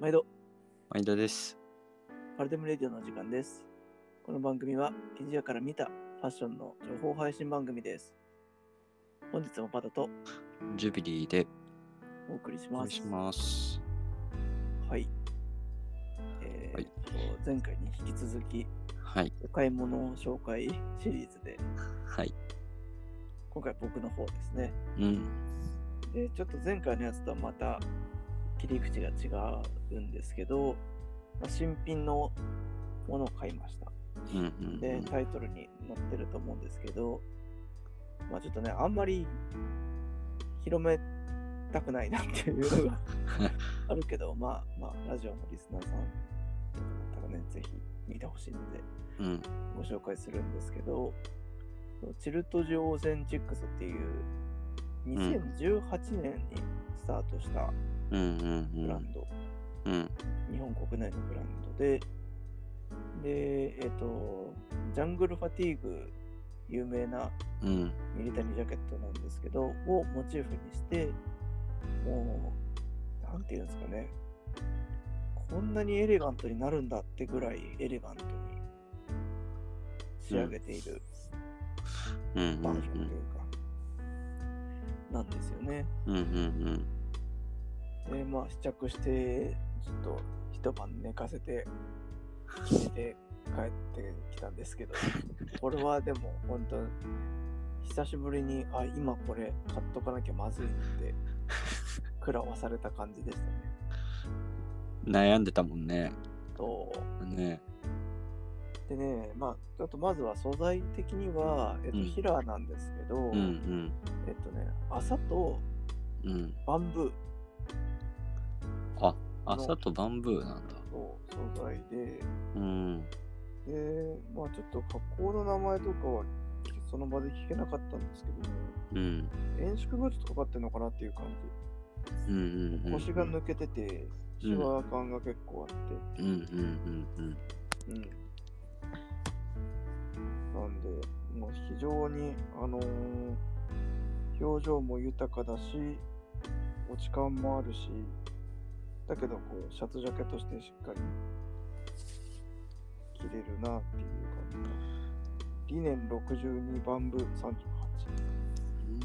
毎度、毎度です。パルテムレディオの時間です。この番組は、記事屋から見たファッションの情報配信番組です。本日もパタとジュビリーでお送りしおま願す。いします。はい。えーはいと前回に引き続き、はい。お買い物紹介シリーズで、はい。今回僕の方ですね。うん。で、ちょっと前回のやつとはまた切り口が違うんですけど、まあ新品のものを買いました。うんうん、うでん。タイトルに載ってると思うんですけど、まあ、ちょっとねあんまり広めたくないなっていう のがあるけどまあまあラジオのリスナーさんとかだったらねぜひ見てほしいのでうん。ご紹介するんですけどチルトジオーゼンチックスっていう2018年にスタートしたうんうんブうラんンド、うん。日本国内のブランドで、で、えっ、と、ジャングルファティーグ、有名なうん。ミリタリージャケットなんですけど、をモチーフにして、もう、なんていうんですかね、こんなにエレガントになるんだってぐらいエレガントに仕上げているうんうんバージョンというか、なんですよね。うんうんうんで、まあ、試着して、ちょっと一晩寝かせて、決めて帰ってきたんです けど、これはでも本当、久しぶりに、あ、今これ買っとかなきゃまずいって、食らわされた感じでしたね。悩んでたもんね。とね。でね、まあ、ちょっとまずは素材的には、えっと、うんヒラーなんですけど、うんえっとね、麻とうんうん。バンブーあ、朝とバンブーなんだ。の素材で、うん。で、まあちょっと加工の名前とかはその場で聞けなかったんですけどね、うん。円縮がちょっとかかってるのかなっていう感うんうんうじ。ん。腰が抜けてて、シワ感が結構あっうんうんうんて、うん。なんで、もう非常に、あのー表情も豊かだし、落ち感もあるし、だけどこう、シャツジャケとしてしっかり着れるなっていう感じが。理念62番部38。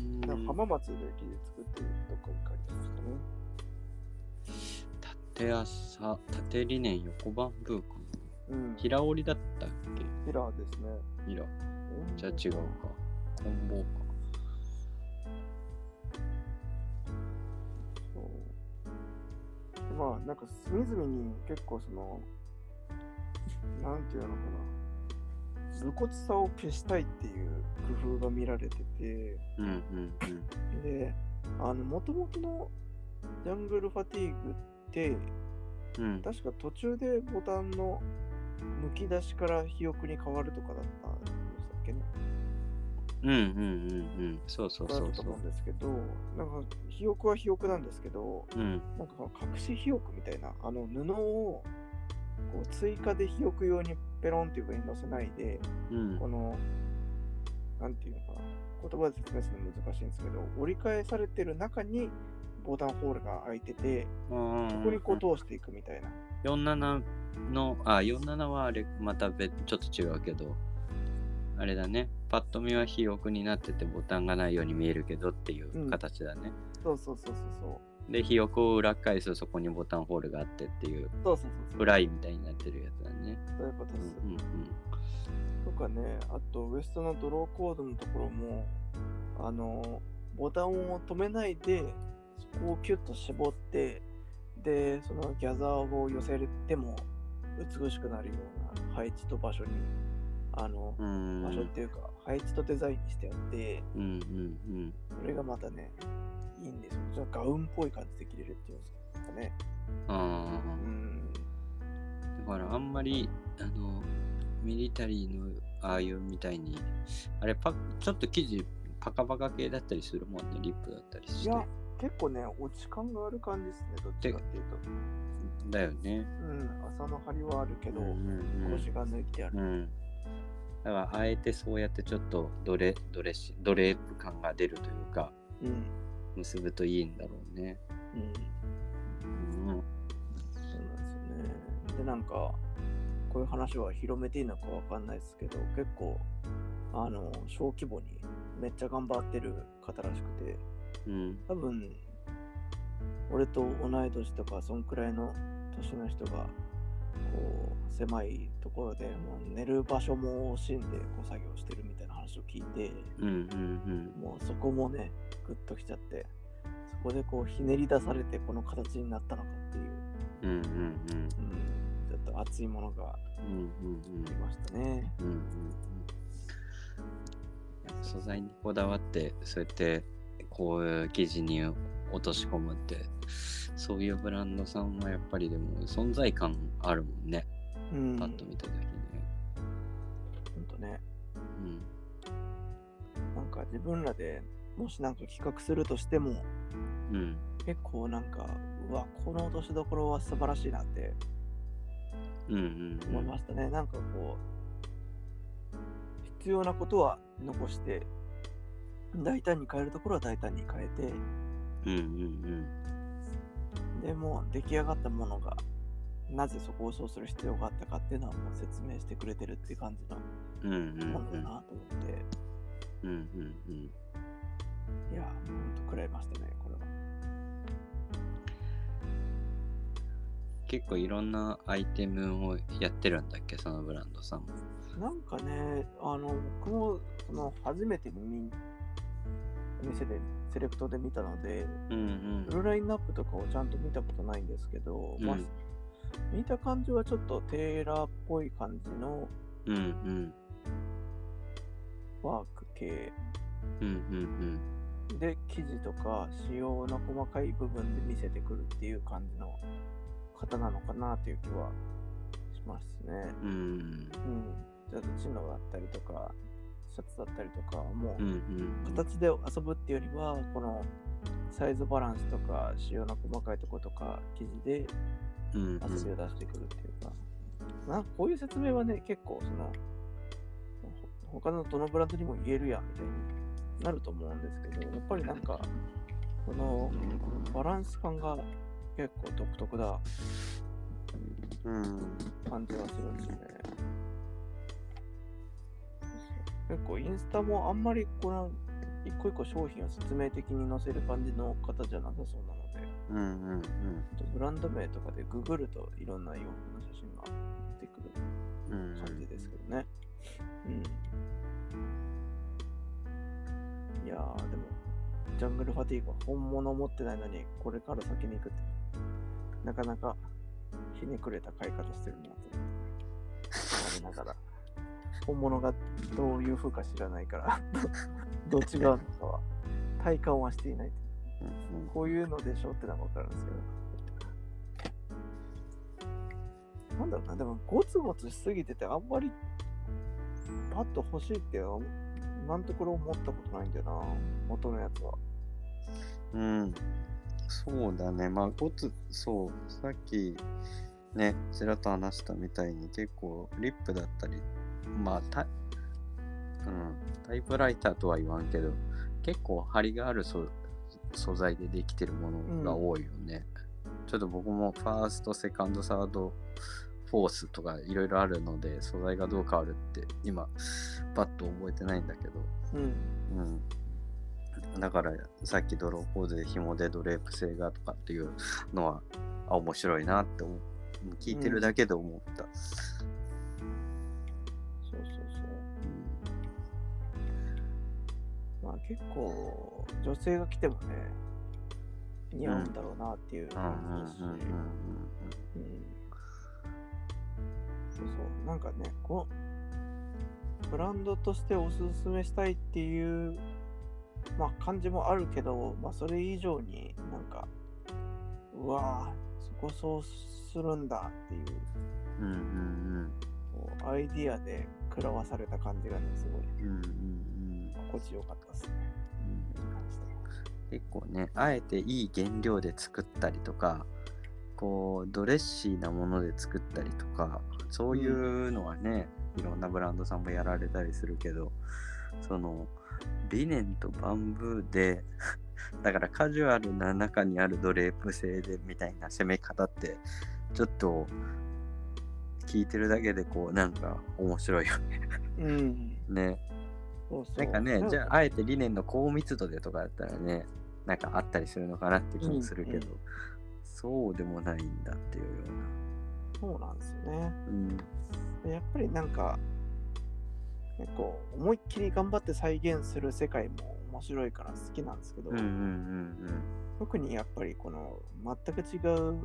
うん。なんかうん浜松で駅で作ってるとこに書いてましたね。縦朝、縦理念横バンブーかな。うん。ヒラ平織りだったっけーですね。平。うんじゃあ違うか。こん棒か。そう。でまあ、なんか隅々に結構その、なんていうのかな。武骨さを消したいっていう工夫が見られてて、うんうんうん。で、あの、もともとのジャングルファティーグって、うん、確か途中でボタンのむき出しから肥沃に変わるとかだったんでしたっけね。うんうんうんうんそうそうだそっうたとそ思ううんですけど、なんか、肥沃は肥沃なんですけど、うんなんかその隠し肥沃みたいな、あの布をこう追加で肥沃用にペロンっていう上に乗せないで、うんこの、なんていうのかな、言葉で説明するの難しいんですけど、折り返されてる中にボタンホールが開いてて、うんそこにこう通していくみたいな。 47のあ47はあれまた別ちょっと違うけどあれだねパッと見は肥沃になっててボタンがないように見えるけどっていうんう形だね、そうそうそうそうそう。で肥沃を裏返すとそこにボタンホールがあってっていうそうそうそうそう。フライみたいになってるやつだねそういうことうでんす。うんとかね、あとウエストのドローコードのところも、あの、ボタンを止めないで、そこをキュッと絞って、で、そのギャザーを寄せても美しくなるような配置と場所に、あの、う場ん所っていうか、配置とデザインにしてあって、うんうんうんそれがまたね、いいんですよ。ちょっとガウンっぽい感じで着れるっていうんですかね。あうーん。だからあんまりあのミリタリーのああいうみたいにあれパちょっと生地パカパカ系だったりするもんねリップだったりいしてや、結構ね、落ち感がある感じですね、どっちかっていうと。だよねうん、朝の張りはあるけど、うん腰が抜いてあうん、る。うん、だからあえてそうやってちょっとドレドレッシドレープ感が出るというかうん。うん。結ぶといいんだろうねうんしてなんか、こういう話は広めていいのかわかんないですけど、結構、あの、小規模にめっちゃ頑張ってる方らしくて、うん。多分、俺と同い年とか、そんくらいの年の人が、こう、狭いところでもう寝る場所も惜しんでこう作業してるみたいな話を聞いて、うんうんもうそこもね、グッときちゃって、そこでこうひねり出されてこの形になったのかっていう、うん。うんうんうん。うん、ちょっと熱いものがうんうんうんあり。ましたね。うんうんうんやっぱ素材にこだわってそうやってこういう生地に落とし込むってそういうブランドさんはやっぱりでも存在感あるもんね、うん、パッと見た時ね、ほんとね、うん、なんか自分らでもしなんか企画するとしても、うん結構なんか、うわ、この落としどころは素晴らしいなってうんうんうん思いましたね。なんかこう、必要なことは残して、大胆に変えるところは大胆に変えて、うんうんでもう出来上がったものがなぜそこをそうする必要があったかっていうのはもう説明してくれてるっていう感じのうんうんうんものだなと思って、うんうんうんいやほんと食らいましたねこれは結構いろんなアイテムをやってるんだっけそのブランドさんもなんかねあの僕もその初めて見お店でセレクトで見たのでうんフルラインナップとかをちゃんと見たことないんですけど、まあうん見た感じはちょっとテーラーっぽい感じのうんうんうんワーク系うんうんで生地とか仕様の細かい部分で見せてくるっていう感じの方なのかなという気はしますね。うんうんうん。ちょっとチノだったりとか、シャツだったりとか、もうんううんうん形で遊ぶっていうよりは、このサイズバランスとか、仕様の細かいとことか、生地でうんうん遊びを出してくるっていうか、なんかこういう説明はね、結構その、ほ他のどのブランドにも言えるやんみたいになると思うんですけど、やっぱりなんか、このバランス感が結構独特なうん感じがするんですよね。結構インスタもあんまりこの一個一個商品を説明的に載せる感じの方じゃなさそうなので、うんうんあとブランド名とかでググるといろんな洋服の写真が出てくるうんうん感じですけどね。うん。いやー、でも、ジャングルファティーグは本物を持ってないのに、これから先に行くって、なかなかひねくれた買い方してるなと 思って、我ながら。本物がどういう風か知らないから、 どどっちが合うのかは、体感はしていない。こういうのでしょってのは分かるんですけど。なんだろうな、でもゴツゴツしすぎてて、あんまりパッと欲しいって、今のところ思ったことないんだよな、元のやつは。うんうんそうだねまあゴツそうさっきねちらっと話したみたいに結構リップだったりまあタ,、うん、タイプライターとは言わんけど結構張りがある素素材でできてるものが多いよね、ちょっと僕もファーストセカンドサードフォースとかいろいろあるので素材がどう変わるって今パッと覚えてないんだけどうん。うん、だからさっきドローコーデで紐でドレープ性がとかっていうのはあ面白いなって思う聞いてるだけで思った、そうそうそう。まあ結構、女性が来てもね、似合うんだろうなっていううん、うん感じだし。うんうんそうそう、なんかね、こう、ブランドとしておすすめしたいっていう、まあ、感じもあるけど、まあ、それ以上になんか、うわぁ、そこそうするんだっていう、うんうんうんこうアイディアで食らわされた感じがね、すごいうんうんうんうん心地よかったですね。いい感じで結構ねあえていい原料で作ったりとかこうドレッシーなもので作ったりとかそういうのはね、いろんなブランドさんもやられたりするけどそのリネンとバンブーで だからカジュアルな中にあるドレープ製でみたいな攻め方ってちょっと聞いてるだけでこうなんか面白いようん。ね。そうそう。なんかね、じゃああえて理念の高密度でとかだったらね、なんかあったりするのかなって気もするけど、うんうそうでもないんだっていうよそうなんですよね。うな。うん。やっぱりなんか、結構思いっきり頑張って再現する世界も面白いから好きなんですけど、うんうんうん特にやっぱりこの全く違う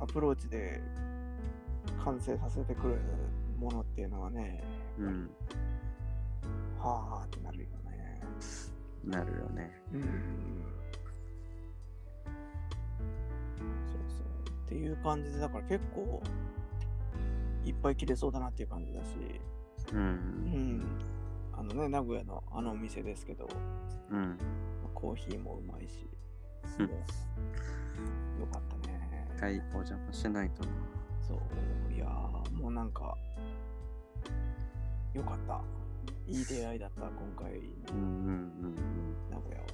アプローチで完成させてくるものっていうのはね、うん。うん。はあってなるよね。なるよね。うん。そうそう。っていう感じで、だから結構いっぱい切れそうだなっていう感じだし、う。うんん。あのね、名古屋のあのお店ですけど、うん。コーヒーもうまいし、うんもうよかったね。一回お邪魔しないとな。そう、いやーもうなんか、よかった。いい出会いだった、今回うんのうん名古屋は。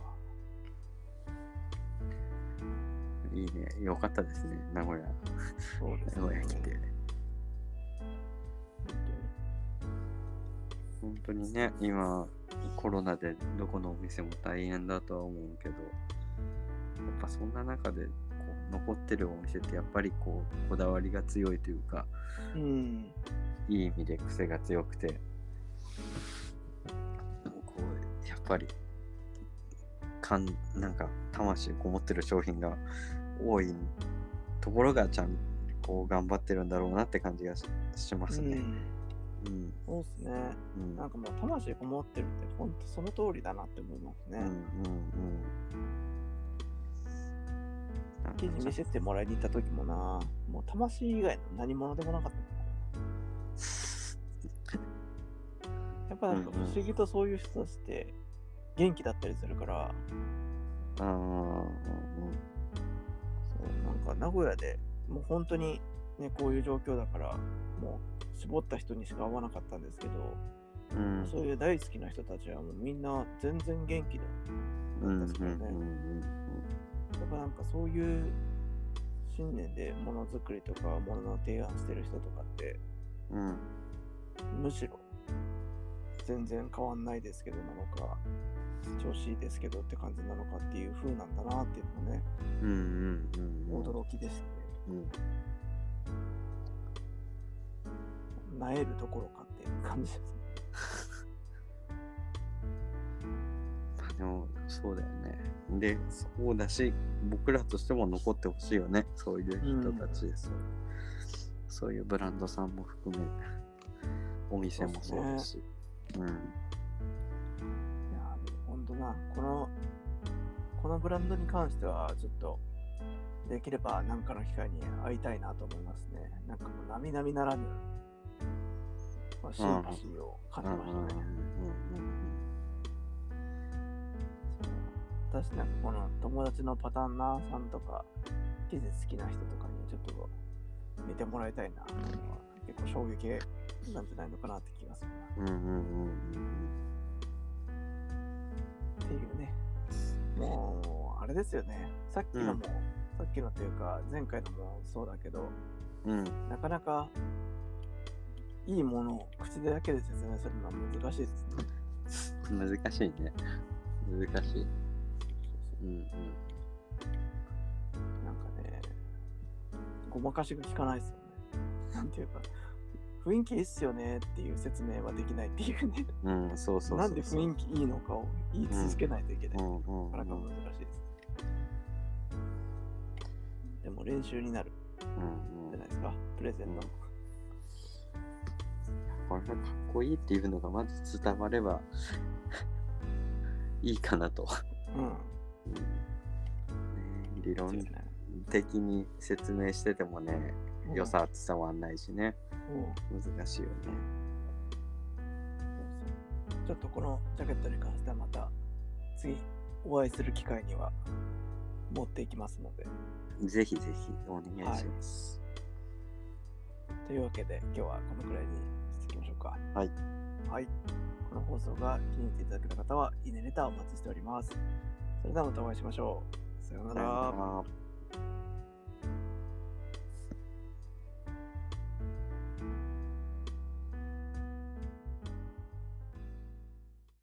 うんうん。いいね。よかったですね。名古屋。そうです名古屋来本て。当に本当にね、今、コロナでどこのお店も大変だとは思うけど、やっぱそんな中でこう残ってるお店ってやっぱりこう、こだわりが強いというか、うん、いい意味で癖が強くて、こう、やっぱり、かんなんか、魂こもってる商品が多いところが、ちゃんこう頑張ってるんだろうなって感じがししますうね。んうん。そうですね。うん。なんかもう魂こもってるって、本当その通りだなって思いますうんうんね。うん。なん記事見せてもらいに行った時もな、もう魂以外の何者でもなかったもんな。やっぱなんか不思議とそういう人たちって元気だったりするから、ああ、そうなんか名古屋でもう本当にねこういう状況だからもう絞った人にしか会わなかったんですけど、うんうん。そういう大好きな人たちはもうみんな全然元気だうんだったからね、だからなんかそういう信念でものづくりとかものの提案してる人とかってうんうんむしろ全然変わんないですけどなのか調子いいですけどって感じなのかっていう風なんだなっていうのもねうんうんうんうん。驚きですねうんなえるところかっていう感じですねまあでも、そうだよね。で、そうだし、僕らとしても残ってほしいよね。そういう人たち、そう。そういうブランドさんも含め、お店もそうだし。うん。いやーでも本当な、この、このブランドに関しては、ちょっと、できれば何かの機会に会いたいなと思いますね。なんかもう、並々ならぬ、まあ、シンパシーを感じましたね。そう私なんかこの友達のパタンナーさんとか、記事好きな人とかにちょっと見てもらいたいなっていうのは、結構衝撃なんじゃないのかなって気がするな。うんうんうんうんうん。っていうねもうあれですよねさっきのも、うんさっきのというか前回のもそうだけどうん、なかなかいいものを口でだけで説明するのは難しいですね難しいね。難しい。うんなんかねごまかしが効かないですよねなんていうか雰囲気いいっすよねっていう説明はできないっていうねうん。うん、そうそうそうそなう。んで雰囲気いいのかを言い続けないといけない、うんうんなかなか難しいです、でも練習になるうんうじゃんないですかプレゼンの、これがかっこいいっていうのがまず伝われば いいかなと。うんうんね理そう論ですね的に説明しててもね、良さは伝わんないしね。うんうん難しいよね。ちょっとこのジャケットに関してはまた次お会いする機会には持っていきますのでぜひぜひお願いします。というわけで今日はこのくらいにしていきましょうかはい、はい、この放送が気に入っていただけた方はいいねレターお待ちしておりますそれではまたお会いしましょうさようなさよらなら